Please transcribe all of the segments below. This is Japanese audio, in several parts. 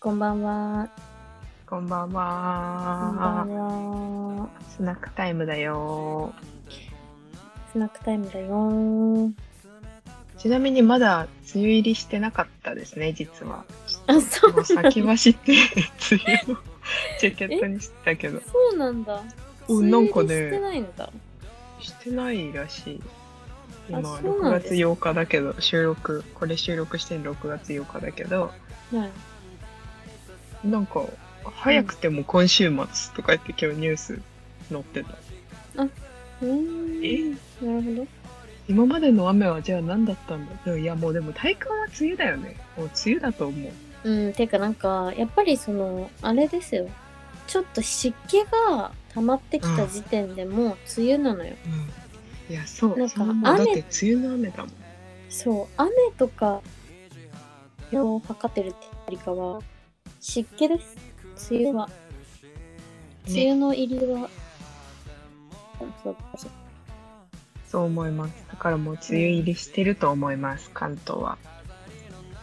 こんばんは。こんばこんんばはん。は。スナックタイムだよ。スナックタイムだよー。ちなみにまだ梅雨入りしてなかったですね、実は。あ、そもううなんだ。先走って 梅雨をジャケットにしてたけど。そうなんだ。うんなんかね梅雨入りしてないのだ。してないらしい。今あはそうな6んです月8日だけど、収録、これ収録してる6月8日だけど、はい。なんか、早くても今週末とか言って今日ニュース載ってた。うーん。なるほど。今までの雨はじゃあ何だったんだいやもうでも体感は梅雨だよね。もう梅雨だと思う。うん、てかなんか、やっぱりその、あれですよ。ちょっと湿気が溜まってきた時点でもう梅雨なのよ。いやそうなんかそんなもんだっ雨て梅雨の雨だもんそう、雨とか、を測ってるってよりかは、湿気です。梅雨は。梅雨の入りは、そうそうそう思いますだからもう梅雨入りしてると思います関東は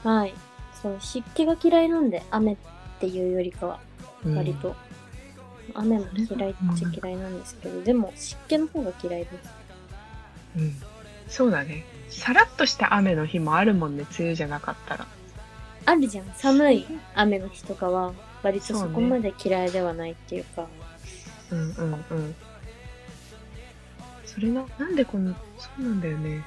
はい。そう、湿気が嫌いなんで、雨っていうよりかは、割と。雨も嫌いっちゃ嫌いなんですけど、でも湿気の方が嫌いです。うん、うんそうだねさらっとした雨の日もあるもんね梅雨じゃなかったらあるじゃん、寒い雨の日とかは、割とそこまで嫌いではないっていうか、うんうんうんそれななんでこんなそうなんだよね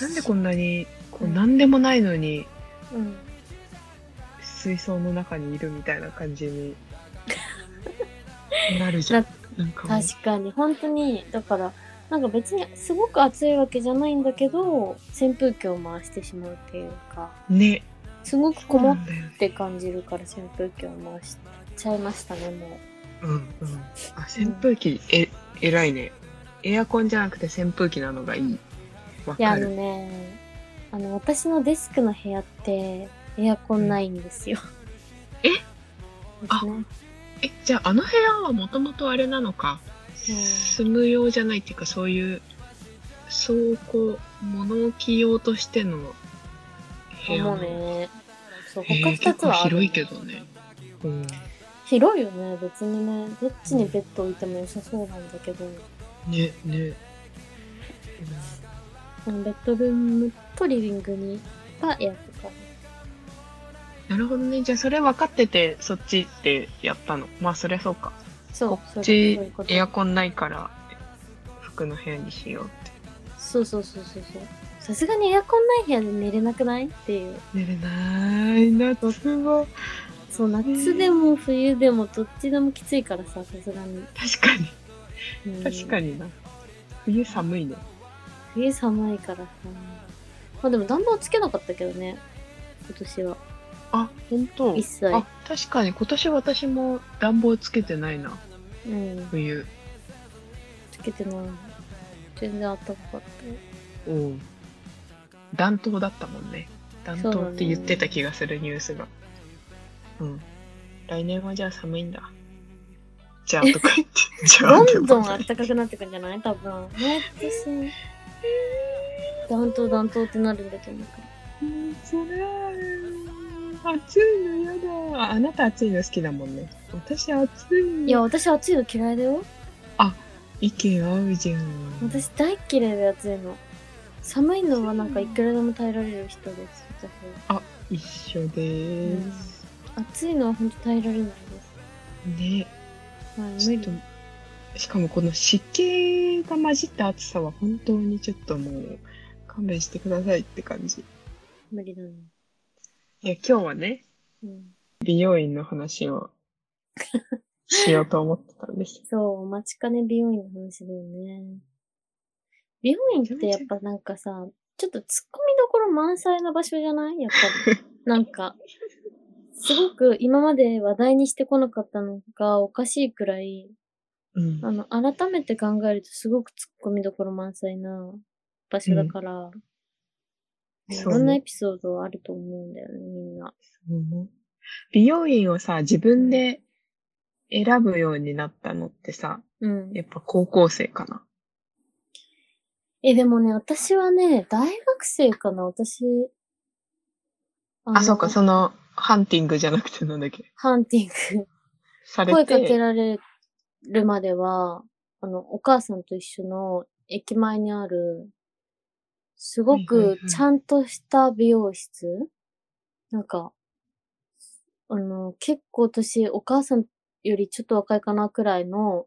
なんでこんなにこううん何でもないのにうん、水槽の中にいるみたいな感じになるじゃんなんかもう確かに本当にだからなんか別にすごく暑いわけじゃないんだけど扇風機を回してしまうっていうかねすごくこもっなんだよねて感じるから扇風機を回しちゃいましたねもううんうん、あ扇風機、え偉いねエアコンじゃなくて扇風機なのがいいわいやかあのるねあの私のデスクの部屋ってエアコンないんですよ、えですねえじゃああの部屋はもともとあれなのか、うん住む用じゃないっていうかそういう倉庫物置用としての部屋もなのうねそうえー他2結つ構はある広いけどね、うん、広いよね別にねどっちにベッド置いても良さそうなんだけど、ねね、あのベッドルームとリビングにがエアコンうんなるほどねじゃあそれ分かっててそっちってやったのまあそりゃそうかそうこそっういちうことエアコンないから服の部屋にしようってそうそうそうそうそうさすがにエアコンない部屋で寝れなくないっていう寝れない夏はそう夏でも冬でもどっちでもきついからささすがに、確かにうん確かにな、冬寒いね冬寒いからさまあでも暖房つけなかったけどね今年はあ本当一切あ確かに今年私も暖房つけてないなうん冬つけてない全然暖かかったよおう暖冬だったもんね暖そう冬だねって言ってた気がするニュースがうん来年はじゃあ寒いんだじゃあとか言っ てじゃどあんどんでも暖ねかくなってくんじゃない多分毎年暖冬暖冬ってなるんだと思うからうんそれは暑いの嫌だああなた暑いの好きだもんね私暑いいや私暑いの嫌いだよ意見合うじゃん私大っ嫌いで暑いの寒いのはなんかいくらでも耐えられる人です私一緒です、暑いのは本当耐えられないですねはいちょ無っと理しかもこの湿気が混じった暑さは本当にちょっともう勘弁してくださいって感じ無理だねいや今日はねうん美容院の話 をしようと思ってたんですそうお待ちかね美容院の話だよね美容院ってやっぱなんかさちょっと突っ込みどころ満載な場所じゃないやっぱりなんかすごく今まで話題にしてこなかったのがおかしいくらいうんあの、改めて考えるとすごく突っ込みどころ満載な場所だから、いそうろねんなエピソードあると思うんだよね、みんな。美容院をさ自分で選ぶようになったのってさうん。やっぱ高校生かなえ、でもね、私はね、大学生かな、私。ああ、そうか、その、ハンティングじゃなくてなんだっけ。ハンティング。されて。声かけられるまでは、あの、お母さんと一緒の駅前にある、すごはいはいくはいちゃんとした美容室、なんか、あの、結構年、お母さんよりちょっと若いかなくらいの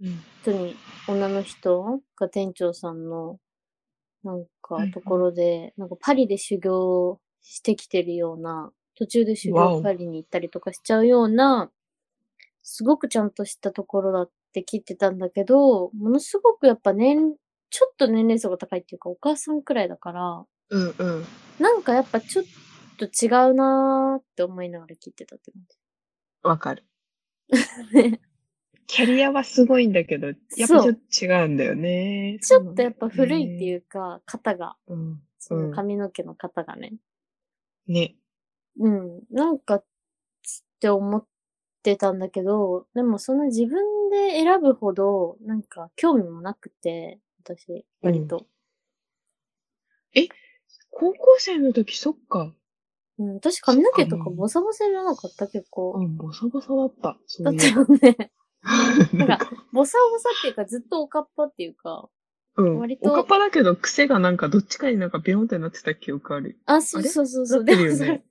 うん人に、女の人が店長さんの、なんかはいはい、ところで、なんかパリで修行してきてるような、途中で修わ行おパリに行ったりとかしちゃうような、すごくちゃんとしたところだって聞いてたんだけど、ものすごくやっぱ年、ちょっと年齢層が高いっていうか、お母さんくらいだから、うんうん。なんかやっぱちょっと違うなーって思いながら聞いてたって感わかる。じ。キャリアはすごいんだけど、やっぱちそょうっと違うんだよね。。ちょっとやっぱ古いっていううか、肩が、うん。その髪の毛の肩がね、ね。うん、なんか、つって思ってたんだけど、でもその自分で選ぶほど、なんか興味もなくて、私、割と。高校生の時、そっか。うん、私髪の毛とそっかかボサボサじゃなかった、結う構。ん、ボサボサだった。そだっういたえばよね。な なんんか、ボサボサっていうか、ずっとおかっぱっていうか。うん。割おとかっぱだけど、癖がなんかどっちかになんかビヨンってなってた記憶ある。あ、そあうれそうそうそう。なでってるもよそねれ、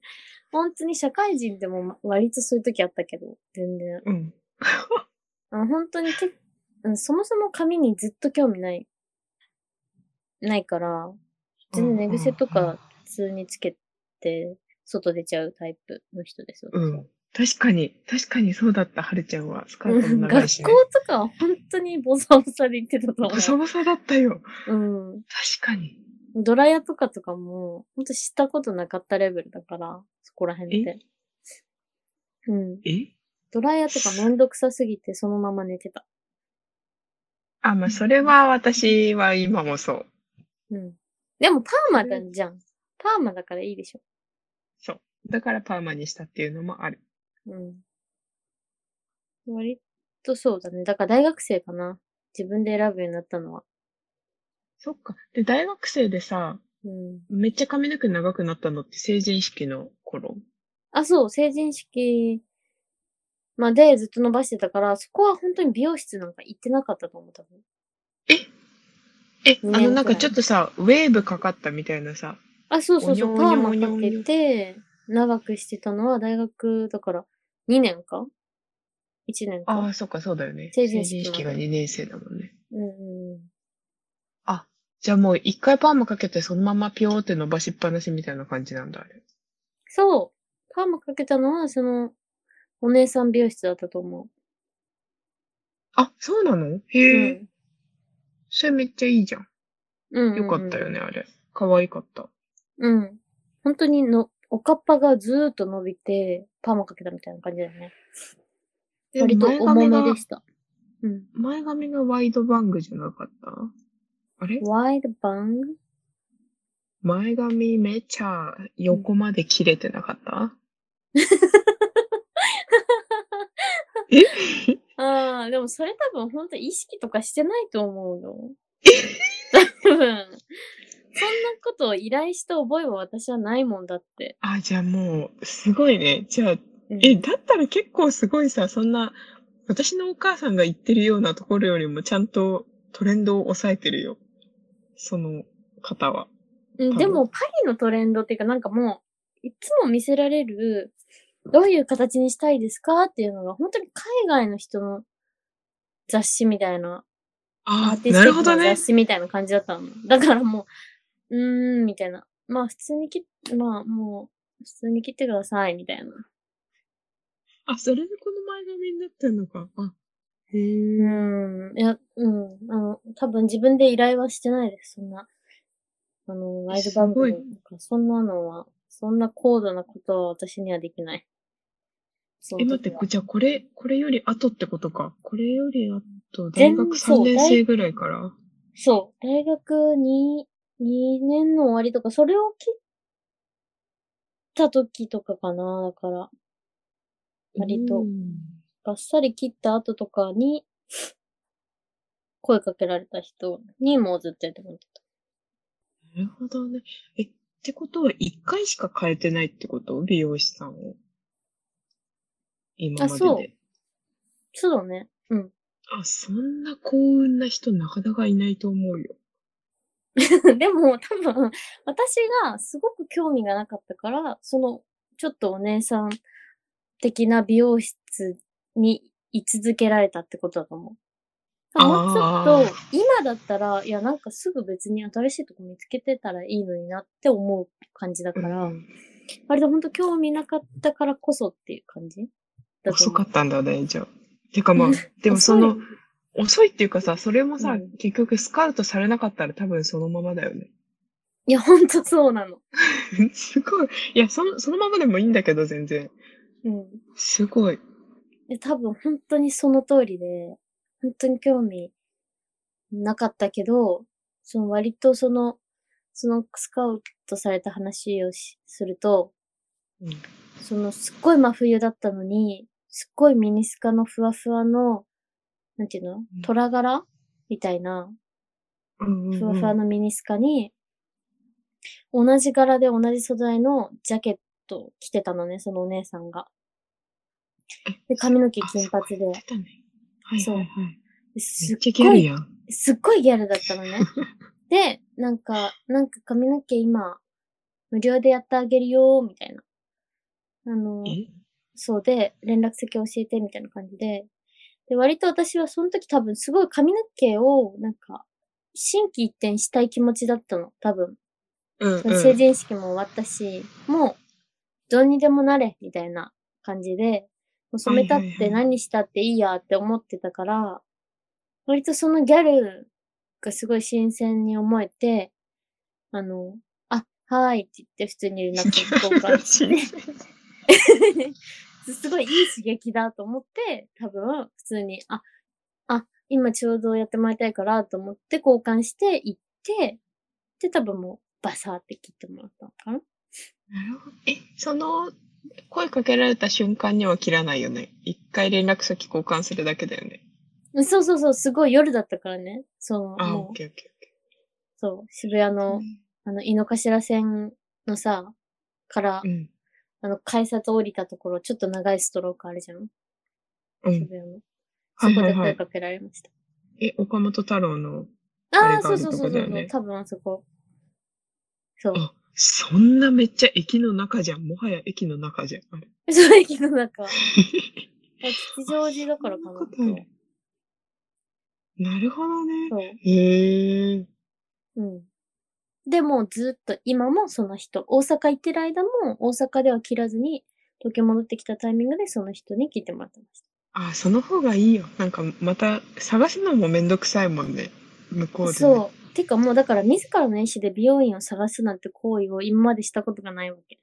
本当に社会人でも割とそういう時あったけど、全然。うん。あ本当にけ、うん、そもそも髪にずっと興味ない、ないから、全然寝癖とか普通につけて、外出ちゃうタイプの人です。う私ん。確かに、確かにそうだった、はるちゃんは。スカートも学長い校し、ね。とかは本当にボサボサで行ってたと思ボサボサだったよ。う。うん。確かに。ドライヤーとかとかも、本当知ったことなかったレベルだから、そこら辺って。うん。えドライヤーとかめんどくさすぎて、そのまま寝てた。あ、まあ、それは私は今もそうう。ん。でもパーマだじゃん。パーマだからいいでしょ。そう。だからパーマにしたっていうのもある。うん。割とそうだね。だから大学生かな。自分で選ぶようになったのは。そっか。で、大学生でさ、うん。めっちゃ髪の毛長くなったのって成人式の頃。あ、そう、成人式までずっと伸ばしてたから、そこは本当に美容室なんか行ってなかったと思う、多分。え、二年あの、なんくらかいちょっとさ、ウェーブかかったみたいなさ。あ、そうそうそおう、にょパおーにょマおにょおかにけょて、長くしてたのは大学、だから、2年か ?1 年あか。あ、そっか、そうだよね。成人式成人式が2年生だもんね。うんうん。じゃあもう一回パーマかけてそのままピョーって伸ばしっぱなしみたいな感じなんだ、あれ。そう。パーマかけたのは、その、お姉さん美容室だったと思あ、そうなのう。うへえ、ん。それめっちゃいいじゃん。うんうんうん。よかったよね、あれ。可愛かった。うん。本当にの、おかっぱがずーっと伸びて、パーマかけたみたいな感じだよね。割と前髪重がめでした。うん。前髪がワイドバングじゃなかったあれワイドバング前髪めっちゃ横まで切れてなかったえああ、でもそれ多分本当意識とかしてないと思うよ。多分。そんなことを依頼した覚えは私はないもんだって。あ、じゃあもう、すごいね。じゃあ、うんえ、だったら結構すごいさ、そんな、私のお母さんが言ってるようなところよりもちゃんとトレンドを抑えてるよ。その方は。うん、でもパリのトレンドっていうかなんかもう、いつも見せられる、どういう形にしたいですかっていうのが本当に海外の人の雑誌みたいなアーあテあ、ィステなィるッほクどなね雑。誌みたいな感じだったの。だからもう、うーん、みたいな。まあ普通に切っ、まあもう、普通に切ってください、みたいな。あ、それでこの前髪になってんのか。あ、うへえ。ーん、いや、うん、あの、多分自分で依頼はしてないです、そんな。あの、ワイドバンクすとごか、そんなのは、そんな高度なことは私にはできない。そえ、の待時って、はこじゃあこれ、これより後ってことか。これより後、大全学そう3年大生ぐらいから。そう、大学に、2年の終わりとか、それを切った時とかかな、だから。割とうんバッサリ切った後とかに、声かけられた人にもうずっとやってもらってなるほどね。え、ってことは、一回しか変えてないってこと美容師さんを。今までで。あそうそうだ ね。うん。あ、そんな幸運な人なかなかいないと思うよ。でも、多分、私がすごく興味がなかったから、その、ちょっとお姉さん的な美容室に居続けられたってことだと思う。多分もうちょっとあ、今だったら、いや、なんかすぐ別に新しいとこ見つけてたらいいのになって思う感じだから、割と本当興味なかったからこそっていう感じだと遅思かう。ったんだね、じゃあ。てかまあうん、 でもそ遅いの、遅いっていうかさ、それもさ、うん結局スカウトされなかったら多分そのままだよね。 いや、本当そうなの。すごい。いや、その、そのままでもいいんだけど、全然。うん。すごい。で、多分本当にその通りで、本当に興味なかったけど、その割とその、そのスカウトされた話をしすると、うんそのすっごい真冬だったのに、すっごいミニスカのふわふわの、なんていうのん虎柄みたいな、うんうんうんふわふわのミニスカに、同じ柄で同じ素材のジャケットを着てたのね、そのお姉さんが。で、髪の毛あ金髪でそうやっ。てたねはいはいはい。めすっっちゃギャごルい、やん。すっごいギャルだったの ね。で、なんか、なんか髪の毛今、無料でやってあげるよーみたいな。あの、えそうで、連絡先教えて、みたいな感じで。で、割と私はその時多分すごい髪の毛を、なんか、新規一転したい気持ちだったの、多分。うんうん。成人式も終わったし、もう、どうにでもなれ、みたいな感じで、もう染めたっはいはいはてい何したっていいやって思ってたから、割とそのギャルがすごい新鮮に思えて、あの、あ、はーいって言って普通に連絡交 換して、すごいいい刺激だと思って、多分普通に、あ、あ、今ちょうどやってもらいたいからと思って交換して行って、で、多分もうバサーって切ってもらったのかな。なるほど。え、その、声かけられた瞬間には切らないよね。一回連絡先交換するだけだよね。うんそうそうそう、すごい夜だったからね。その、あ、もオッう、ケーオッケそう、渋谷ーオのッ、ケあの、井の頭線のさ、からー。う、ん。あの、改札降りたところ、ちょっと長いストロークあるじゃんう渋ん。谷の。そはいこはでいは声い。かけられました。え、岡本太郎の、あああ、れがそ あうるそうとそうそこだうよそう、ね多分あそこ。そう。あ、そんなめっちゃ駅の中じゃん。もはや駅の中じゃん。あ れそう、駅の 中。あ吉祥寺だからかな。そんなことあるなるほどね。そう。へえ。うん。で、もうずっと今もその人、大阪行ってる間も大阪では切らずに、東京戻ってきたタイミングでその人に切ってもらってました。あ、その方がいいよ。なんか、また、探すのもめんどくさいもんね。向こうで、ね。そう。てかもうだから自らの意思で美容院を探すなんて行為を今までしたことがないわけ。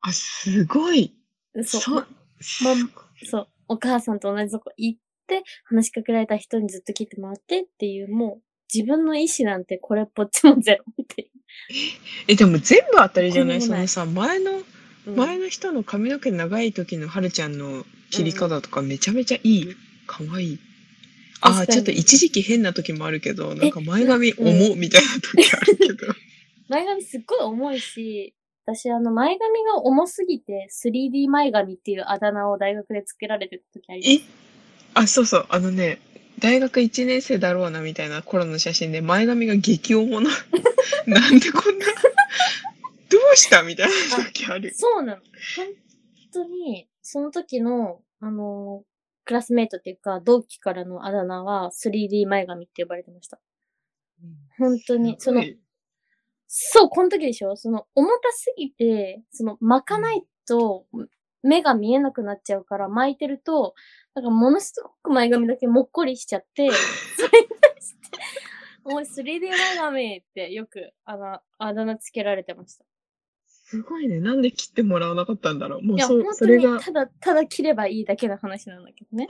あ、すごい。嘘。そ。そうますごいそう。お母さんと同じとこ行って、話しかけられた人にずっと切ってもらってっていう、もう自分の意思なんてこれっぽっちもゼロっていえ、でも全部当たりじゃなどこいそにもないのさ、前う。の、うん前の人の髪の毛長い時のはるちゃんの切り方とかめちゃめちゃいいよ。かわいい。ああ、確かにちょっと一時期変な時もあるけど、なんか前髪うん重みたいな時あるけ ど。前髪すっごい重いし、私あの前髪が重すぎて 3D 前髪っていうあだ名を大学でつけられてた時ありえあ、そうそう、あのね、大学1年生だろうなみたいな頃の写真で前髪が激重 な。なんでこんな、どうしたみたいな時ある。そうなの。本当に、その時の、あのークラスメイトっていうか、同期からのあだ名は 3D 前髪って呼ばれてました。本当に、そすごのい、そう、この時でしょその、重たすぎて、その、巻かないと、目が見えなくなっちゃうから、巻いてると、なんかものすごく前髪だけもっこりしちゃって、それに対して、もう 3D 前髪ってよく、あの、あだ名つけられてました。すごいね。なんで切ってもらわなかったんだろう。いもうや、そ本う、当それがに、。ただ、ただ切ればいいだけの話なんだけ どね。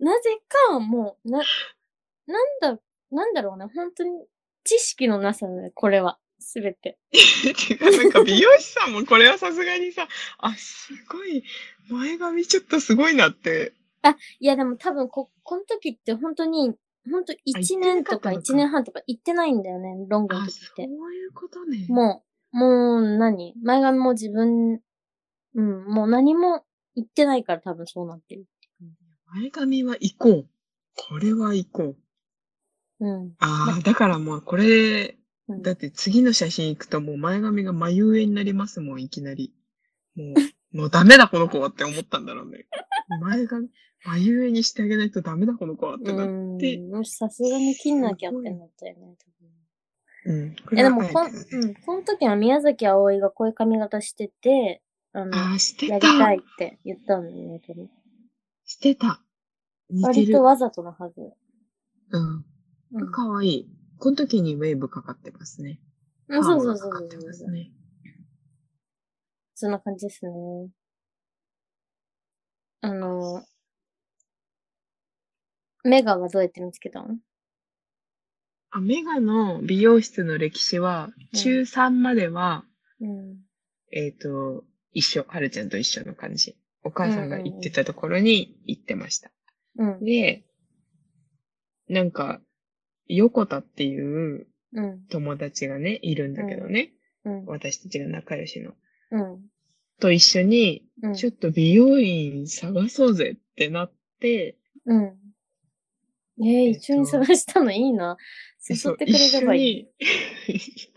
なぜか、もう、な、なんだ、なんだろうね、本当に、知識のなさだね、これは。すべて。てか、 なんか美容師さんもこれはさすがにさ、あ、すごい、前髪ちょっとすごいなって。いや、でも多分こ、この時って本当に、本当あ行って1な年かっとかたのか1年半とか行ってないんだよね、ロングのあ、時そって。ういうことね。ももう何前髪も自分、うん、もう何も言ってないから多分そうなってる。前髪は行こう。これは行こう。うん。ああ、だからもうこれ、うんだって次の写真行くともう前髪が眉上になりますもん、いきなり。もう、もうダメだこの子はって思ったんだろ うね。前髪、眉上にしてあげないとダメだこの子はってな。ってうん。もうさすがに切んなきゃってなったよね、多分。うん。こえ、でれはもあえてこん、ねうん、この時は宮崎あおいがこういう髪型してて、あの、ああ、してやりたたいって言ったんだよね、多分してた似て割ると。わざとのはず。うん。うん。かわいい。この時にウェーブかかってますね。うんそうそうパそーマうそがかかってうまそすう。ね。そんな感じですね。あの、目がはどうやって見つけたのあ、メガの美容室の歴史は、中3までは、うん。えっ、と、一緒、はるちゃんと一緒の感じ。お母さんが行ってたところに行ってました。うん。で、なんか、横田っていううん。友達がね、いるんだけどね。うん。私たちが仲良しの。うん。と一緒に、うん。ちょっと美容院探そうぜってなって、うん。えー、えっと一緒に探したのいいな。誘そうってくれればいい。一緒に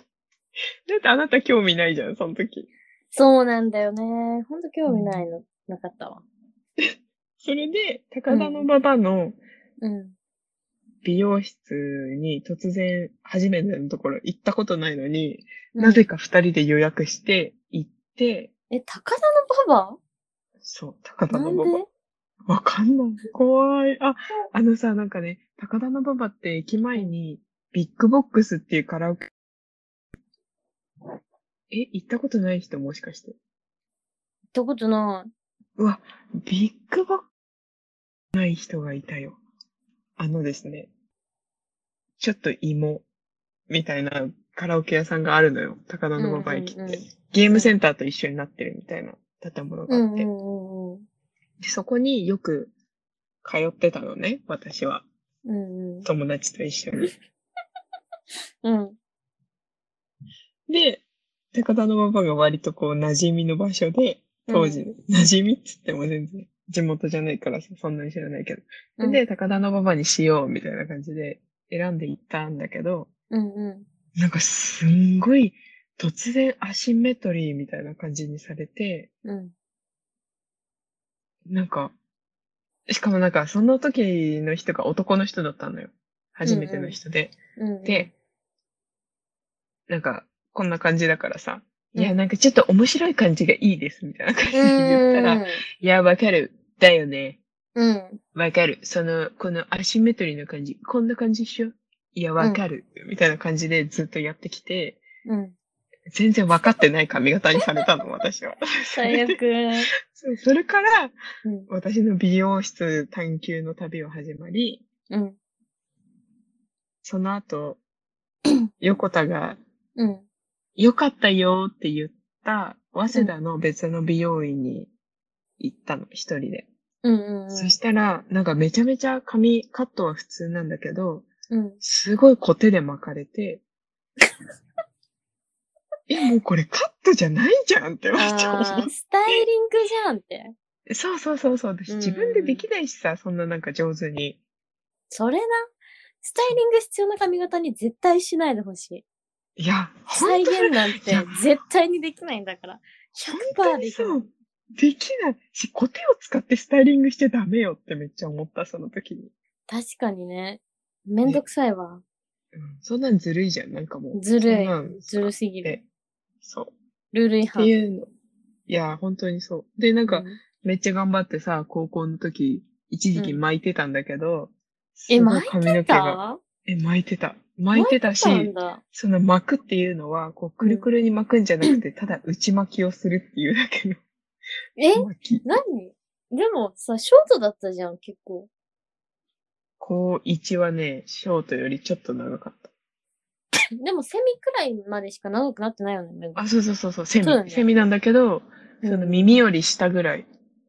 だってあなた興味ないじゃん、その時。そうなんだよね。ほんと興味ないの、なかったわ。それで、高田の馬場のうん。美容室に突然初めてのところ行ったことないのに、なぜか二人で予約して行って、え、高田のパパそう、高田なのん馬で場。わかんない。怖い。あ、あのさ、なんかね、高田の馬場って駅前にビッグボックスっていうカラオケ。え、行ったことない人もしかして。行ったことなうわ、ビッグボックスない人がいたよ。あのですね、ちょっと芋みたいなカラオケ屋さんがあるのよ。高田馬場駅って、うんうんうんゲームセンターと一緒になってるみたいな建物い。がうあんっうて、んうんうん。で。そこによく通ってたのね、私は。うんうん。友達と一緒に。うん。で、高田馬場が割とこう馴染みの場所で、当時、ね馴染みっつっても全然地元じゃないからさそんなに知らないけど。うん。で、高田馬場にしようみたいな感じで選んでいったんだけど、うんうなんかすんごい突然アシンメトリーみたいな感じにされて、ん。うん。なんか、しかもなんかその時の人が男の人だったのよ。初めての人で。うん。で、なんかこんな感じだからさ、うんいやなんかちょっと面白い感じがいいですみたいな感じうで言ったら、ん。いやわかる。だよね。うん。わかる。その、このアシンメトリーの感じ、こんな感じっしょいや、わかる、みたいな感じでずっとやってきて、うん。全然わかってない髪型にされ たの、私は。最悪。そうそれから、うん。私の美容室探求の旅は始まり、うん。そ の後、横田が、うん。良かったよって言った、早稲田の別の美容院に行ったの、一人で。うんうんうん。そしたら、なんかめちゃめちゃ髪、カットは普通なんだけど、うん。すごいコテで巻かれ て、え、もうこれカットじゃないじゃんってめっちゃあ思あ、スタイリングじゃんって。う。そうそうそうそう。私うん自分でできないしさ、そんななんか上手に。それな。スタイリング必要な髪型に絶対しないでほしい。いや、再本当現なんいてや絶対にできないんだから。本当100%にできそなう。できないし、コテを使ってスタイリングしてダメよってめっちゃ思った、その時に。い。確かにね。めんどくさいわ。うん、そんなんずるいじゃん、なんかもう。ずるいそんなんずるすぎる。えそう。ルール違って反。いうの。いや、本当にそう。で、なんか、うんめっちゃ頑張ってさ、高校の時、一時期うん巻いてたんだけど、え、すごい巻い髪のて毛がたえ、巻いてた。巻いてたそうなんし、だ。その巻くっていうのは、こう、くるくるに巻くんじゃなくて、ただ内巻きをするっていうだけ えの巻き。何でもさ、ショートだったじゃん、結構。高1はね、ショートよりちょっと長かっでもセミくらいまでしか長くなってないよね、目た。があ、そうそうそうそう、セミ。そうだねセミなんだけど、その耳より下ぐらい。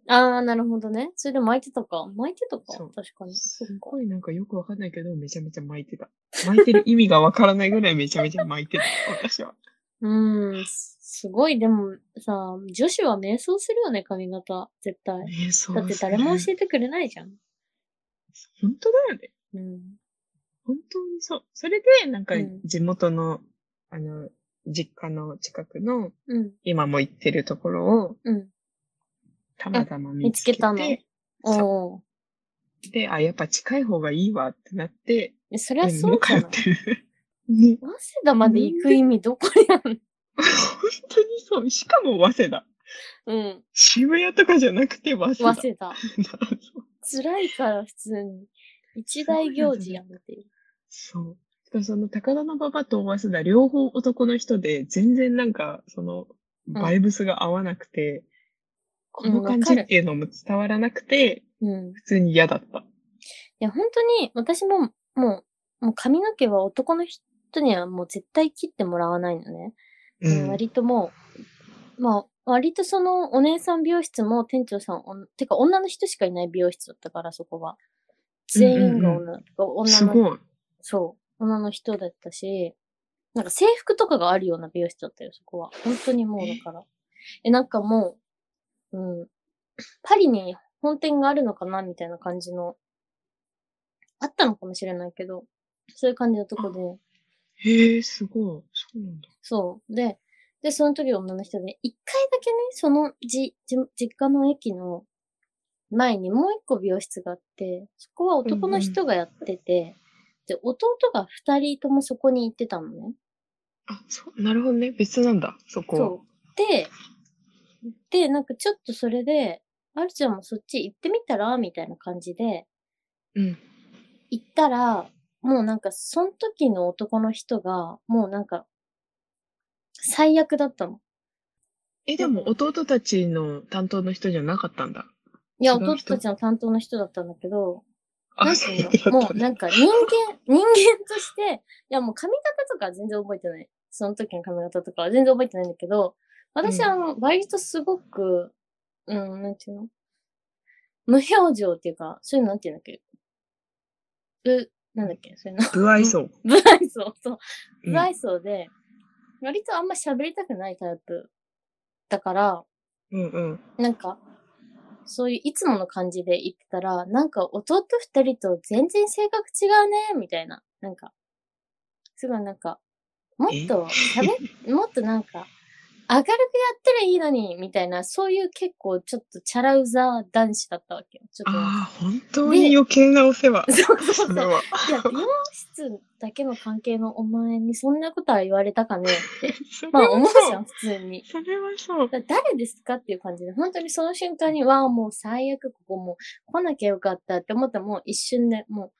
あー、なるほどね。それで巻いてたか。巻いてたかそう。確かに。すごいなんかよくわか んないけど、めちゃめちゃ巻いてた。巻いてる意味がわからないぐらいめちゃめちゃ巻いてた、私は。うん、すすごい、でもさ、女子は瞑想するよね、髪型、絶対。瞑想だって誰も教ええてくれないじゃん。本当だよね。うん。本当にそう。それで、なんかうん、地元の、あの、実家の近くの、うん。今も行ってるところを、うん。たまたま見見つつけけて、たのおーで、あ、やっぱ近い方がいいわってなって、え。そりゃ今そう通じゃないっ。てる。 ね、早稲田まで行く意味どこにある本当にそう。しかも、早稲田。の渋谷とかじゃなくて、う早稲ん。田。早稲田。 そう辛いから、普通に。一大行事やんっていう。そう。しかもその高田の馬場と早稲田両方男の人で、全然なんか、その、んバイブスが合わなくて、うんこのわ感じかるっていうのも伝わらなくて、うん。普通に嫌だった。いや、本当に、私も、もう、もう髪の毛は男の人にはもう絶対切ってもらわないのね。うん。割ともう、まあ、割とそのお姉さん美容室も店長さん、おんてか女の人しかいない美容室だったから、そこは。全員がうん女、女すの、ごい。そう、女の人だったし、なんか制服とかがあるような美容室だったよ、そこは。本当にもうだから。え、なんかもう、うん、パリに本店があるのかなみたいな感じの、あったのかもしれないけど、そういう感じのとこで、へえ、すごい。そうなんだ。そう。で、で、その時女の人で、一回だけね、そのじ、じ、実家の駅の前にもう一個美容室があって、そこは男の人がやってて、で、弟が二人ともそこに行ってたのね。あ、そう、なるほどね。別なんだ、そこは。そう。で、で、なんかちょっとそれで、あるちゃんもそっち行ってみたらみたいな感じで、うん。行ったら、もうなんか、その時の男の人が、もうなんか、最悪だったの。え、でも弟たちの担当の人じゃなかったんだ。いや、違う弟人たちの担当の人だったんだけど、なあ、んそてういだうったのもうねなんか人間、人間として、いやもう髪型とかは全然覚えてない。その時の髪型とかは全然覚えてないんだけど、私うんはあの、割とすごく、うん、なんていうの無表情っていうか、そういうのなんていうんだっけう、なんだっけそういうの。 不愛想。不愛想、そう。うん不愛想で、割とあんま喋りたくないタイプだから、うんうん。なんか、そういういつもの感じで言ってたら、なんか弟二人と全然性格違うね、みたいな。なんか、すごいなんか、もっと 喋、もっとなんか、明るくやったらいいのに、みたいな、そういう結構ちょっとチャラウザー男子だったわけよ。ちょっとなんか。ああ、本当に余計なお世話。そうそうそうそれは。いや、美容室だけの関係のお前にそんなことは言われたかねって。それまあは思うそうじゃん、普通に。それはそう。だ誰ですかっていう感じで、本当にその瞬間に、わあ、もう最悪、ここもう来なきゃよかったって思ったらもう一瞬で、もう、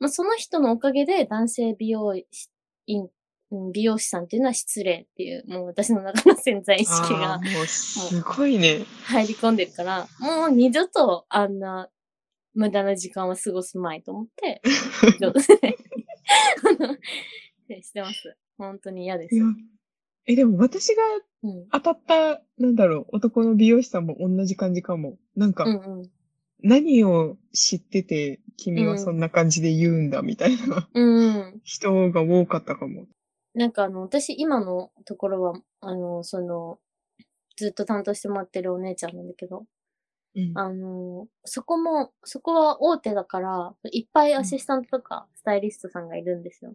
まあ、その人のおかげで男性美容師、院うん美容師さんっていうのは失礼っていう、もう私の中の潜在意識あがーもうすごいね。入り込んでるから、もう二度とあんな無駄な時間を過ごすまいと思って、 上手であのしてます。本当に嫌ですいや。え、でも私がうん。当たった、なんだろう、男の美容師さんも同じ感じかも。なんか、うんうん。何を知ってて、君はそんな感じで言うんだ、みたいな うんうん。人が多かったかも。なんかあの、私今のところは、あの、その、ずっと担当してもらってるお姉ちゃんなんだけど、うんあの、そこも、そこは大手だから、いっぱいアシスタントとかスタイリストさんがいるんですよ。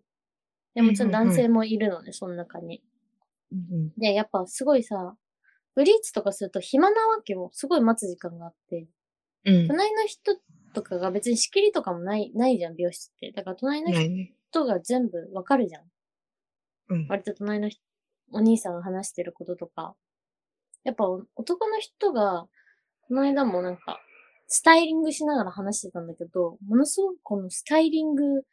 でもちろん男性もいるのね、その中に。うんで、やっぱすごいさ、ブリーチとかすると暇なわけよ。すごい待つ時間があって。うん。隣の人とかが別に仕切りとかもない、ないじゃん、美容室って。だから隣のないね。人が全部わかるじゃん。うん。割と隣の人お兄さんが話してることとか、やっぱお男の人が、この間もなんか、スタイリングしながら話してたんだけど、ものすごくこのスタイリング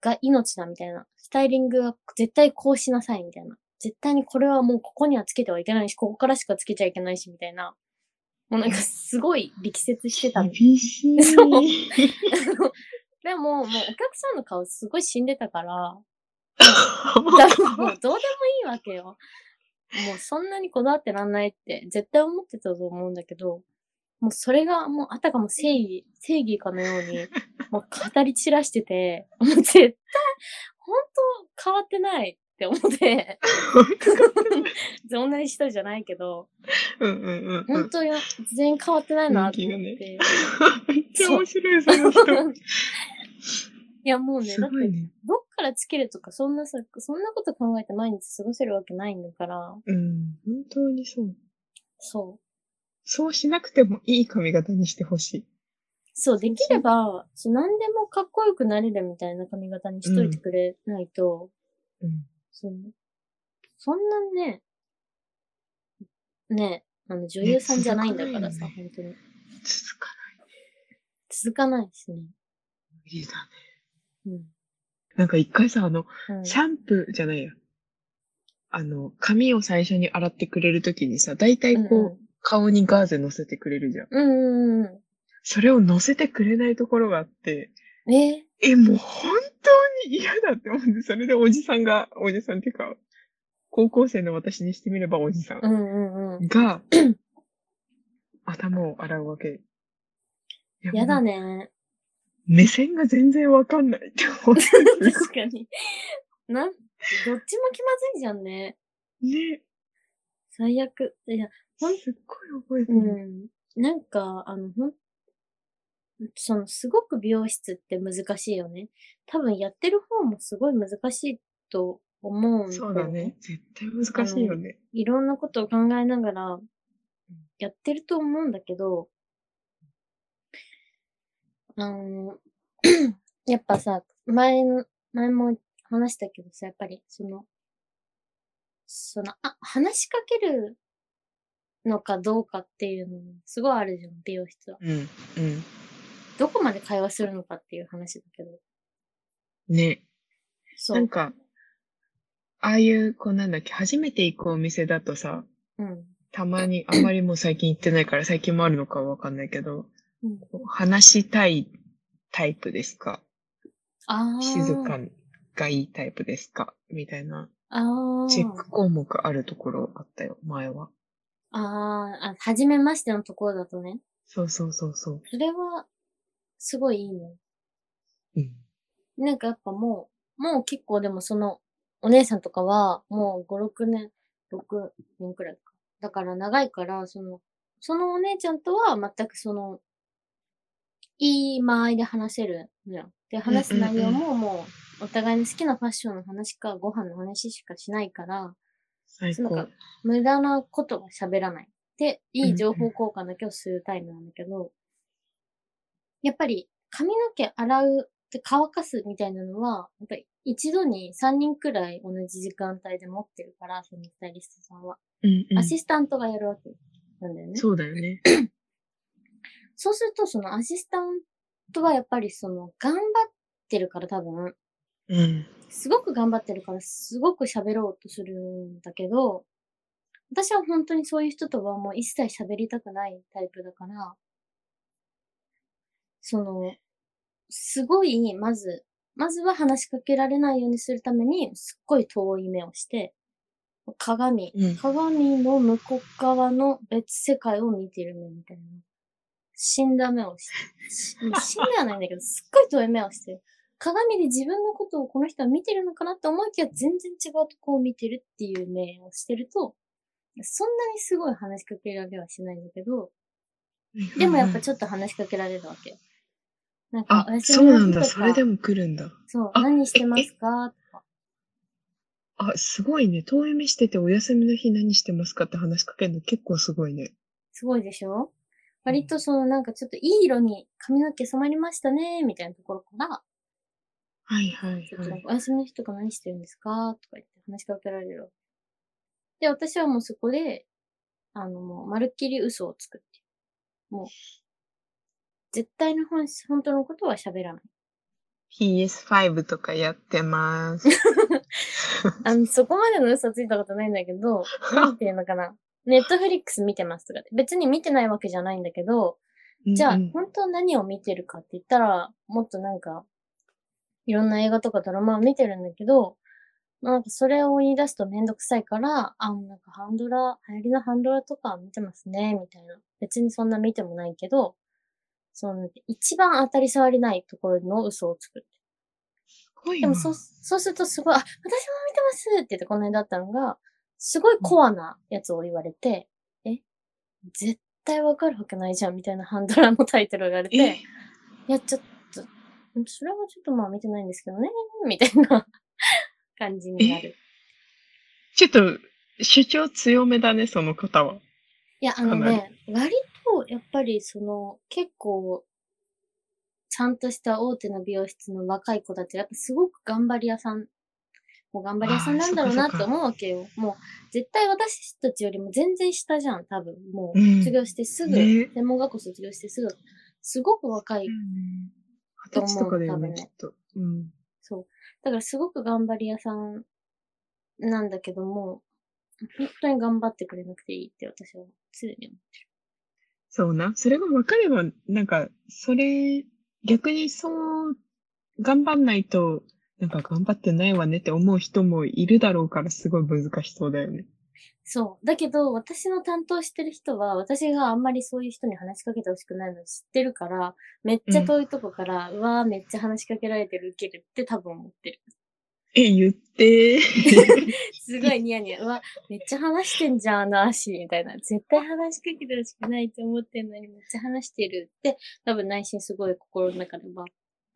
が命だみたいな。スタイリングは絶対こうしなさいみたいな。絶対にこれはもうここにはつけてはいけないし、ここからしかつけちゃいけないしみたいな。もうなんかすごい力説してたの。厳しい。そう でも、もうお客さんの顔すごい死んでたから、だからもうどうでもいいわけよ。もうそんなにこだわってらんないって絶対思ってたと思うんだけど、もうそれがもうあたかも正義、正義かのように、もう語り散らしてて、もう絶対、本当変わってないって思って、本当か 同じ人じゃないけど、うんうんうんうん。本当よ、全然変わってないなって思っ人て。めっちゃ面白い、その人。いや、もうね、すだっごいて、ね。どっからつけるとか、そんなさ、そんなこと考えて毎日過ごせるわけないんだから、うん、本当にそう。そう。そうしなくてもいい髪型にしてほしい。そう、できれば、そう何でもかっこよくなれるみたいな髪型にしといてくれないと、うん。そうそんなね、ね、あの、女優さんじゃないんだからさ、ね本当に。続か続かないしね。ない。無理だね。うん。なんか一回さ、あの、うん、シャンプーじゃないや。あの、髪を最初に洗ってくれるときにさ、だいたいこう、顔にガーゼ乗せてくれるじゃん。うんうん、うんうんそれを乗せてくれないところがあって、うん。ええ、もう本当に嫌だって思って、それでおじさんが、おじさんっていうか、高校生の私にしてみればおじさんうんうんうん。が、頭を洗うわけ。いやだ。ね。目線が全然わかんないって思って。 確かに。なん、どっちも気まずいじゃんね。ね。最悪。いや、ほんすっごい覚えてうる。ん。なんか、あの、ほん、その、すごく美容室って難しいよね。多分やってる方もすごい難しいと思うんだよそうだね。。絶対難しいよね。いろんなことを考えながらやってると思うんだけど、あの、 やっぱさ、前の、前も話したけどさ、やっぱりその、その、あ、話しかけるのかどうかっていうのもすごいあるじゃん、美容室は。うん。うん。どこまで会話するのかっていう話だけど。ね。そなんう。か、ああいう、こうなんだっけ、初めて行くお店だとさ、うん。たま に、あんまりもう最近行ってないから、最近もあるのかわかんないけど、うん、話したいタイプですかああ。静かがいいタイプですかみたいな、ああ。チェック項目あるところあったよ、前は。あーあ、はじめましてのところだとね。そうそうそうそう。それは、すごいいいね。うん。なんかやっぱもう、もう結構でもその、お姉さんとかは、もう5、6年、6年くらいか。だから長いから、その、そのお姉ちゃんとは全くその、いい間合いで話せるのよ。で、話す内容ももう、お互いの好きなファッションの話か、ご飯の話しかしないから、最そうなん高か。無駄なことは喋らない。で、いい情うんう報交換だけをするタイプなんだけど、やっぱり髪の毛洗うって乾かすみたいなのは、やっぱり一度に3人くらい同じ時間帯で持ってるから、そのスタイリストさんは。うんうんアシスタントがやるわけなんだよね。そうだよね。そうすると、そのアシスタントはやっぱりその頑張ってるから多分、うん。すごく頑張ってるから、すごく喋ろうとするんだけど、私は本当にそういう人とはもう一切喋りたくないタイプだから、その、すごい、まず、まずは話しかけられないようにするために、すっごい遠い目をして、鏡、うん鏡の向こう側の別世界を見てる目みたいな。死んだ目を して、し死んではないんだけど、すっごい遠い目をしてる鏡で自分のことをこの人は見てるのかなって思いきや全然違うとこを見てるっていう目をしてると、そんなにすごい話しかけられはしないんだけど、でもやっぱちょっと話しかけられるわけよ。なんか、あお、やすそみうななさいんとだ。かそれでも来るんだ。そう、あ何してますかとか。あ、すごいね。遠い目しててお休みの日何してますかって話しかけるの結構すごいね。すごいでしょ割とそのなんかちょっといい色に髪の毛染まりましたね、みたいなところから、はいはいちょっとはなんい。かお休みの日とか何してるんですかとか言って話しかけられるわけ。で、私はもうそこで、あのもう、まるっきり嘘をつくっていう。もう、絶対の本質、本当のことは喋らない。 PS5 とかやってます。あの、そこまでの嘘ついたことないんだけど、なんていうのかな。ネットフリックス見てますとかって。別に見てないわけじゃないんだけど、 じゃあ、うんうん本当は何を見てるかって言ったら、もっとなんか、いろんな映画とかドラマを見てるんだけど、なんかそれを言い出すとめんどくさいから、あ、なんかハンドラ、流行りのハンドラとか見てますね、みたいな。別にそんな見てもないけど、その、一番当たり障りないところの嘘をつく。ごいでな。もそう、そうするとすごい、あ、私も見てますって言ってこの辺だったのが、すごいコアなやつを言われて、え、絶対わかるわけないじゃんみたいなハンドラーのタイトルを言われて、えいや、ちょっと、うんそれはちょっとまあ見てないんですけどね、 みたいな感じになる。ちょっと、主張強めだね、その方は。いや、あのかなね、割と、やっぱり、その、結構、ちゃんとした大手の美容室の若い子たちが、やっぱすごく頑張り屋さん、もう頑張り屋さんなんだろうあなーそっかそっかと思うわけよ。もう、絶対私たちよりも全然下じゃん、多分。もうんう、卒業してすぐ、ね専門学校卒業してすぐ、すごく若い二十歳とかだよね、とき思っと。うん。そう。だからすごく頑張り屋さんなんだけども、本当に頑張ってくれなくていいって私は常に思う。そうな。それが分かれば、なんか、それ、逆にそう、頑張んないと、なんか頑張ってないわねって思う人もいるだろうから、すごい難しそうだよね。そう。だけど、私の担当してる人は、私があんまりそういう人に話しかけてほしくないの知ってるから、めっちゃ遠いとこから、うわーめっちゃ話しかけられてる、ウケるって多分思ってる。え、言って。すごいニヤニヤ。うわ、めっちゃ話してんじゃん、あの足、みたいな。絶対話しかけてほしくないと思ってんのに、めっちゃ話してるって、多分内心すごい心の中でば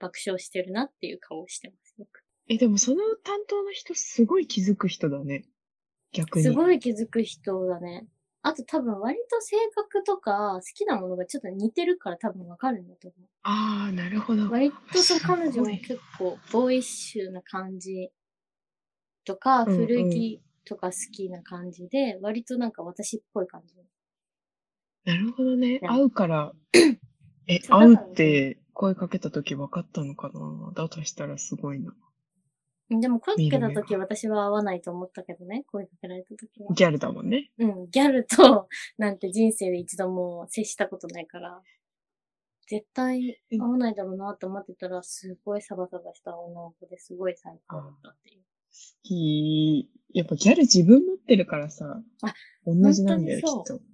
爆笑してるなっていう顔をしてます。よく え、でもその担当の人、すごい気づく人だね。逆に。すい。ごい気づく人だね。あと多分割と性格とか好きなものがちょっと似てるから多分わかるんだと思う。ああ、なるほど。割とそのすごい彼女も結構ボーイッシュな感じとか、うんうん古着とか好きな感じで、割となんか私っぽい感じ。なるほどね。うん会う から、え、そう会うだからって声かけたとき分かったのかなだとしたらすごいな。でも声かけた見る目時私は合わないと思ったけどね、声かけられた時は。ギャルだもんね。うん、ギャルとなんて人生で一度も接したことないから、絶対合わないだろうなと思ってたら、すごいサバサバした女の子ですごい最高だったっていう。ひやっぱギャル自分持ってるからさ、あ同じなんだよ、きっ本当にと。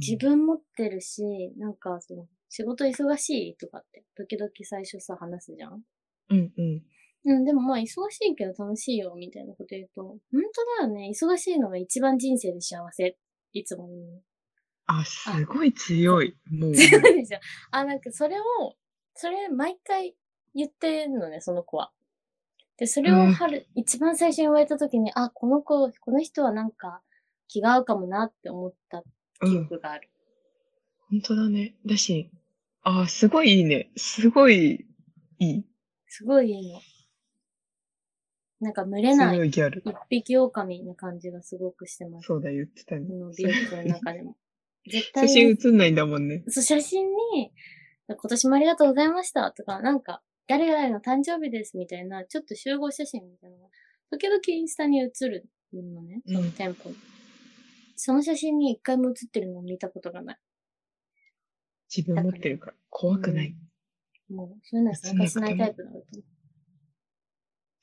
自分持ってるし、なんかその、仕事忙しいとかって、時々最初さ、話すじゃんうんうん。うん、でもまあ忙しいけど楽しいよ、みたいなこと言うと、本当だよね、忙しいのが一番人生で幸せ。いつも言う。あ、すごい強い。もう。強いでしょ。あ、なんかそれを、それ毎回言ってんのね、その子は。で、それうをん春、一番最初に言われた時に、あ、この子、この人はなんか気が合うかもなって思ったう記ん。憶がある。本当だね。だし、あ、すごいいいね。すごいいい。すごいいいの。なんか群れな強い、いギャル。一匹狼な感じがすごくしてます。そうだ、言ってたねこ。の美容室の中でも。絶対写に真写んないんだもんね。そう、写真に、今年もありがとうございましたとか、なんか、誰々の誕生日ですみたいな、ちょっと集合写真みたいなのが、時々インスタに写るのね、うんその店舗に。その写真に一回も写ってるのを見たことがない。自分持ってるから。怖くない。うんもう、そういうのは参加しないタイプなんだと思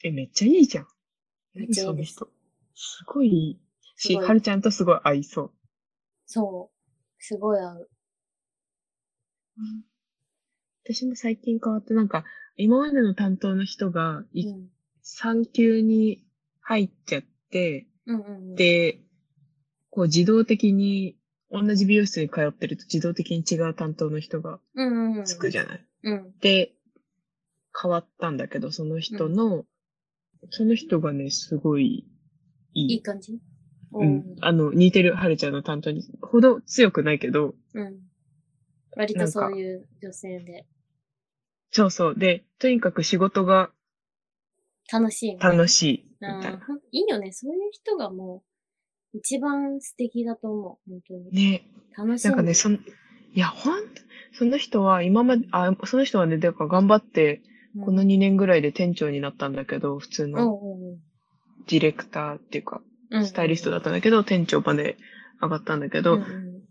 え、めっちゃいいじゃん。う。めっちゃいいです。その人。すごいいいし、すごいはるちゃんとすごい合いそう。そう。すごい合う。私も最近変わって、なんか、今までの担当の人が、ういん。産休に入っちゃって、うんうんうん。で、こう自動的に、同じ美容室に通ってると自動的に違う担当の人がうんうんうん。つくじゃない。うん。で、変わったんだけど、その人の、その人がね、すごいいいい。い感じううんん。あの、似てる、はるちゃんの担当に、ほど強くないけど、うん。割とそういう女性で、そうそう。で、とにかく仕事が楽しいみたいな。楽しい。みたいな。あーいいよね。そういう人がもう、一番素敵だと思う。本当に。ね楽しなんんかでね、その、いや、ほんと、その人は今まで、あ、その人はね、だから頑張って、うんこの2年ぐらいで店長になったんだけど、普通のうんうんディレクターっていうか、うんスタイリストだったんだけど、店長まで上がったんだけうんど、うん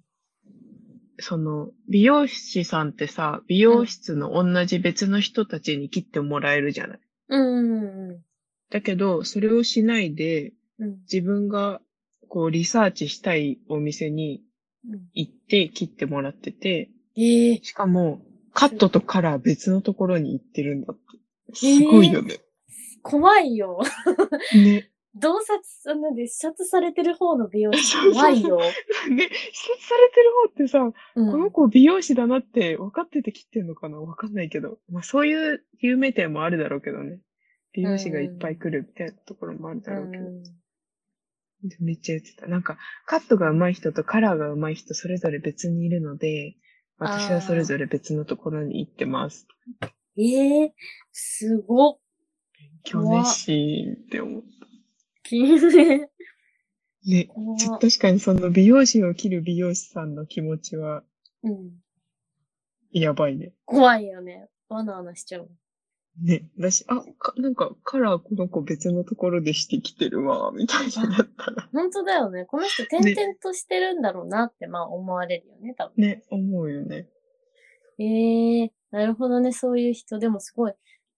その、美容師さんってさ、美容室の同じ別の人たちに切ってもらえるじゃない。うんうんうだけど、それをしないで、んうん自分が、こう、リサーチしたいお店にうん行って切ってもらってて、ええしかも、カットとカラー別のところに行ってるんだって。すごいよね。怖いよ。 ね。洞察、そんなんで視察されてる方の美容 師怖いよ。ね、視察されてる方ってさ、うこのん。子美容師だなって分かってて切ってんのかな分かんないけど。まあそういう有名店もあるだろうけどね。美容師がいっぱい来るみたいなところもあるだろうけど。うんでめっちゃ言ってた。なんか、カットが上手い人とカラーが上手い人それぞれ別にいるので、私はそれぞれ別のところに行ってます。ええすごっ。今日熱心って思う。ねね。怖ちっ確かにその美容師を切る美容師さんの気持ちはうん。やばいね。怖いよね。わなわなしちゃう。ね。私、あ、かなんかカラーこの子別のところでしてきてるわ、みたいになったら。本当だよね。この人転々としてるんだろうなって、まあ思われるよね、多分。ね、思うよね。ええなるほどね、そういう人。でもすごい、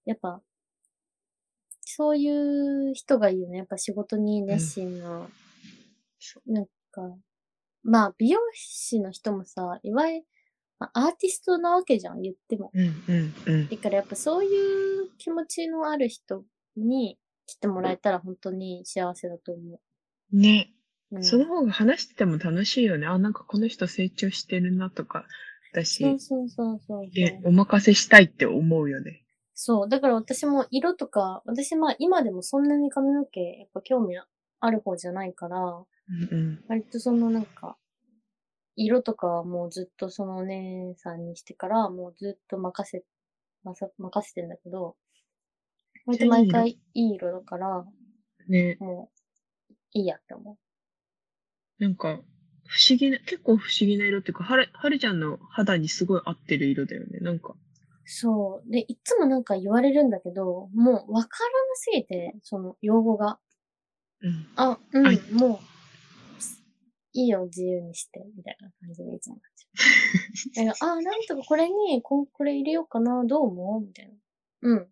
やっぱ、そういう人がいいよね。やっぱ仕事に熱心な、そなんか、まあ美容師の人もさ、いわゆる、まあアーティストなわけじゃん、言っても。うんうんうん。だからやっぱそういう気持ちのある人に来てもらえたら本当に幸せだと思ね。う。うん、その方が話してても楽しいよね。あ、なんかこの人成長してるなとか、だし、そうそうそうそうそう。ね、お任せしたいって思うよね。そう。だから私も色とか、私まあ今でもそんなに髪の毛、やっぱ興味ある方じゃないから、うんうん。割とそのなんか、色とかはもうずっとそのお姉さんにしてから、もうずっと任せ、まさ任せてんだけど、割と毎回いい色だから、ね、もう、いいやって思なんか、不思議な、結構不思議な色っていうか、はる、はるちゃんの肌にすごい合ってる色だよね。なんか、う。そう。で、いつもなんか言われるんだけど、もうわからなすぎて、その用語が。うん。あ、うん、はいもう、いいよ、自由にして、みたいな感じでいつもなっちゃ う。だからあ、なんとかこれに、ここれ入れようかな、どう思うみたいな。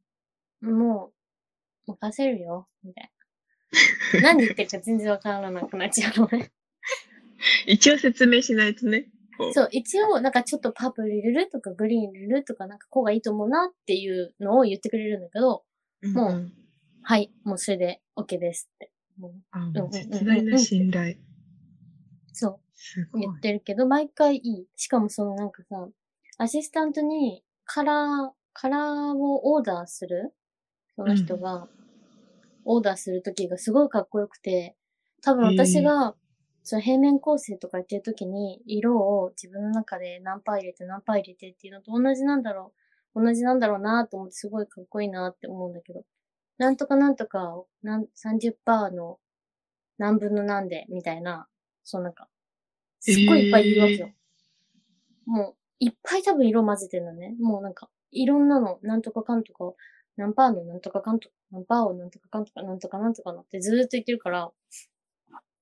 うん。もう、任せるよ、みたい な。何言ってるか全然わからなくなっちゃうのね。 一応説明しないとね。こうそう、一応、なんかちょっとパープル入れるとか、グリーン入れるとか、なんかこうがいいと思うなっていうのを言ってくれるんだけど、うんもううん。はい、もうそれで OK ですって。もうあ、もう絶大な信頼。そう。すごい言っ。てるけど、毎回いい。しかもそのなんかさ、アシスタントにカラー、カラーをオーダーするその人が、オーダーするときがすごいかっこよくて、多分私が、その平面構成とかやってるときに、色を自分の中で何パー入れて何パー入れてっていうのと同じなんだろう、同じなんだろうなと思ってすごいかっこいいなって思うんだけど、なんとかなんとかを、なん30%の何分の何で、みたいな、そうなんか、すっごいいっぱい言うわけよ。もう、いっぱい多分色混ぜてるのね。もうなんか、いろんなの、なんとかかんとかを、何パーのなんとかかんとか、何パーをなんとかかんとか、なんとかなんとかなってずーっと言ってるから、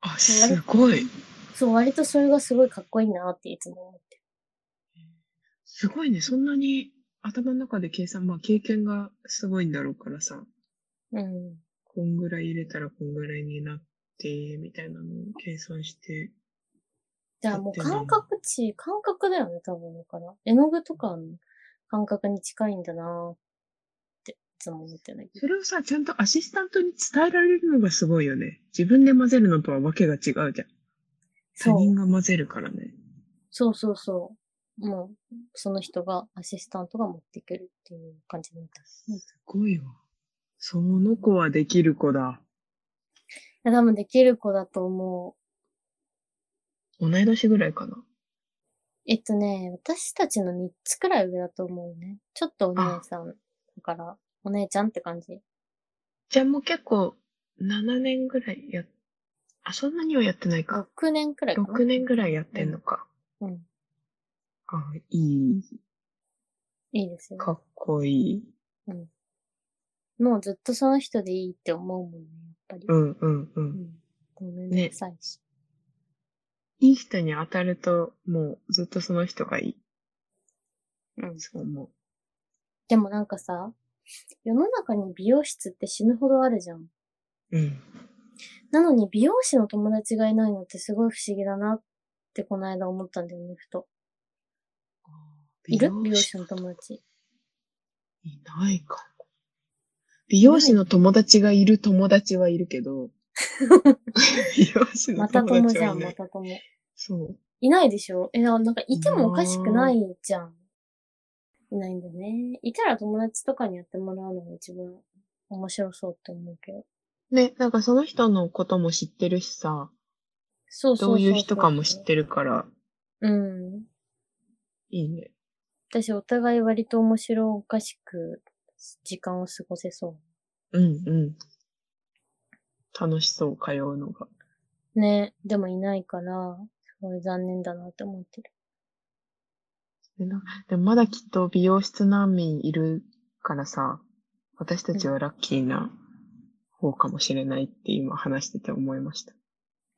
あ、すごい。そう、割とそれがすごいかっこいいなっていつも思ってる。すごいね。そんなに頭の中で計算、まあ経験がすごいんだろうからさ、うん。こんぐらい入れたらこんぐらいになって、みたいなのを計算して。じゃあもう感覚値、感覚だよね、多分だから。絵の具とかの感覚に近いんだなーって、いつも思ってないけど。それをさ、ちゃんとアシスタントに伝えられるのがすごいよね。自分で混ぜるのとはわけが違うじゃん。他そう人が混ぜるからね。そうそうそう。もう、その人が、アシスタントが持ってくるっていう感じになった。うんいすごいわ。その子はできる子だ。や、多分できる子だと思う。同い年ぐらいかな。えっとね、私たちの3つくらい上だと思うね。ちょっとお姉さんだから、お姉ちゃんって感じ。じゃあもう結構、7年ぐらいやっ、あ、そんなにはやってないか。 6年くらいかな。 6年ぐらいやってんのか。うん。あ、いいいですい。よね。かっこいい。もうずっとその人でいいって思うもんね、やっぱりう。んうんう。うんん。ごめんなさいし。いい人に当たると、もうずっとその人がいい。うん。そう思う。でもなんかさ、世の中に美容室って死ぬほどあるじゃん。うん。なのに美容師の友達がいないのってすごい不思議だなってこの間思ったんだよね、ふと。いる美容師の友達。いないかも。美容師の友達がいる友達はいる けど、美容師のまたと友も達じはゃいん、なまい。たとも。そう。いないでしょえ、なんかいてもおかしくないじゃん。いないんだね。いたら友達とかにやってもらうのが一番面白そうって思うけど。ね、なんかその人のことも知ってるしさ、そうそうどそうういう人かも知ってる。るから、うん。いいね。私お互い割と面白おかしく時間を過ごせそうんうん。楽しそう、通うのが。う。ね。でもいないから、すごい残念だなって思ってる。でなでもまだきっと美容室難民いるからさ、私たちはラッキーな方かもしれないって今話してて思いました。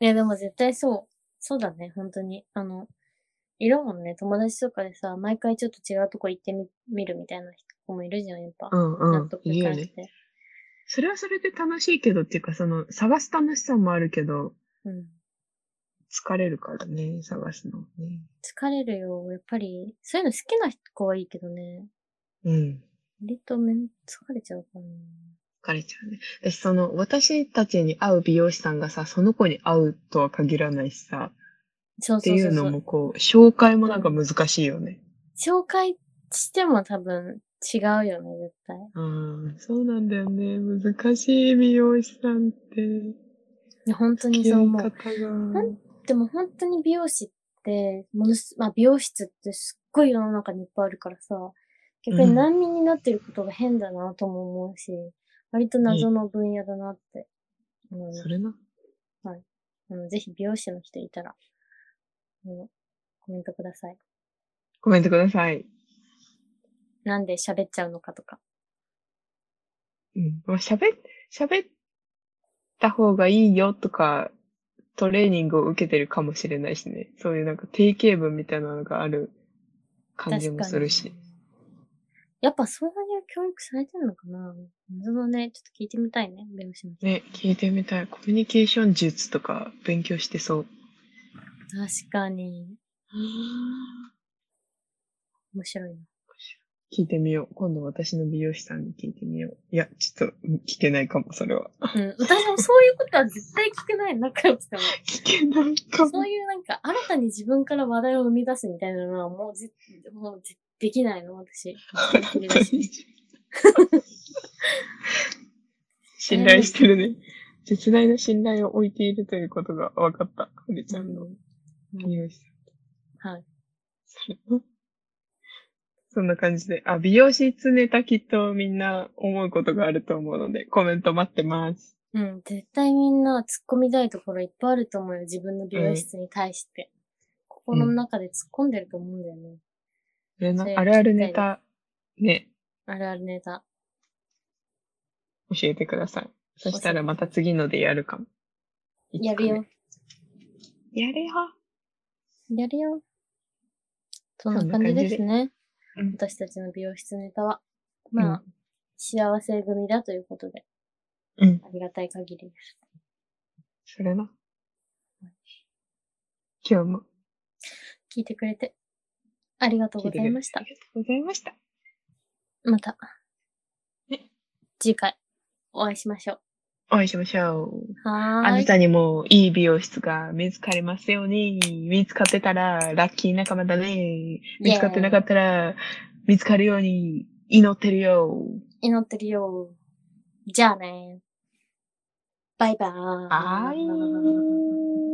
いや、でも絶対そう。そうだね、本当に。あの、いるもんね。友達とかでさ、毎回ちょっと違うとこ行ってみ、見るみたいな子もいるじゃん、やっぱ。うんうん。いいいかよなくね。て。それはそれで楽しいけどっていうか、その、探す楽しさもあるけど、うん。疲れるからね、探すのね。疲れるよ。やっぱり、そういうの好きな子はいいけどね。うん。割とめん、疲れちゃうからね。疲れちゃうね。私、その、私たちに会う美容師さんがさ、その子に会うとは限らないしさ、そうってそういそううそのもう。こう、紹介もなんか難しいよね。紹介しても多分違うよね、絶対。うん、そうなんだよね。難しい美容師さんって。いや本当付にきそう合い思方う。が。でも本当に美容師って、ものす、まあ美容室ってすっごい世の中にいっぱいあるからさ、逆うんに難民になってることが変だなとも思うし、割と謎の分野だなって思いますそれな。うん。ぜひ美容師の人いたら、うん、コメントください。コメントください。なんで喋っちゃうのかとか。うん。まあ、喋っ、喋った方がいいよとか、トレーニングを受けてるかもしれないしね。そういうなんか定型文みたいなのがある感じもするし。やっぱそういう教育されてるのかな謎のね、ちょっと聞いてみたいね、美容師の人。ね、聞いてみたい。コミュニケーション術とか勉強してそう。確かに。面白いな。聞いてみよう。今度私の美容師さんに聞いてみよう。いや、ちょっと聞けないかも、それは。うん。私もそういうことは絶対聞けない。仲良くても。聞けないかも。そういうなんか、新たに自分から話題を生み出すみたいなのは、もうぜ、もうぜできないの、私。 信頼してるね。絶大な信頼を置いているということが分かった。ハルちゃんの美 容師さん。はい。それはそんな感じで。あ、美容室ネタきっとみんな思うことがあると思うので、コメント待ってます。うん。絶対みんな突っ込みたいところいっぱいあると思うよ。自分の美容室に対して。心の中で突っ込んでると思うんだよね。あれなそういうあるあるネタ、ね、あるあるネタ。教えてください。そしたらまた次のでやるかも。いつかやるねよ。。やるよ。やるよ。そんな感じですそんね。うん私たちの美容室ネタは。まあ、う幸せ組だということで、うん。ありがたい限りです。それな。今日も。聞いてくれて、ありがとうございましたあ。りがとうございました。またね、次回お会いしましょお会いしましょう。う。はあー。ないたにもいい美容室が見つかりますように。見つかってたらラッキー仲間だね。見つかってなかったら見つかるように祈ってるよ。祈ってるよ。じゃあね。バイバーイ。はーい。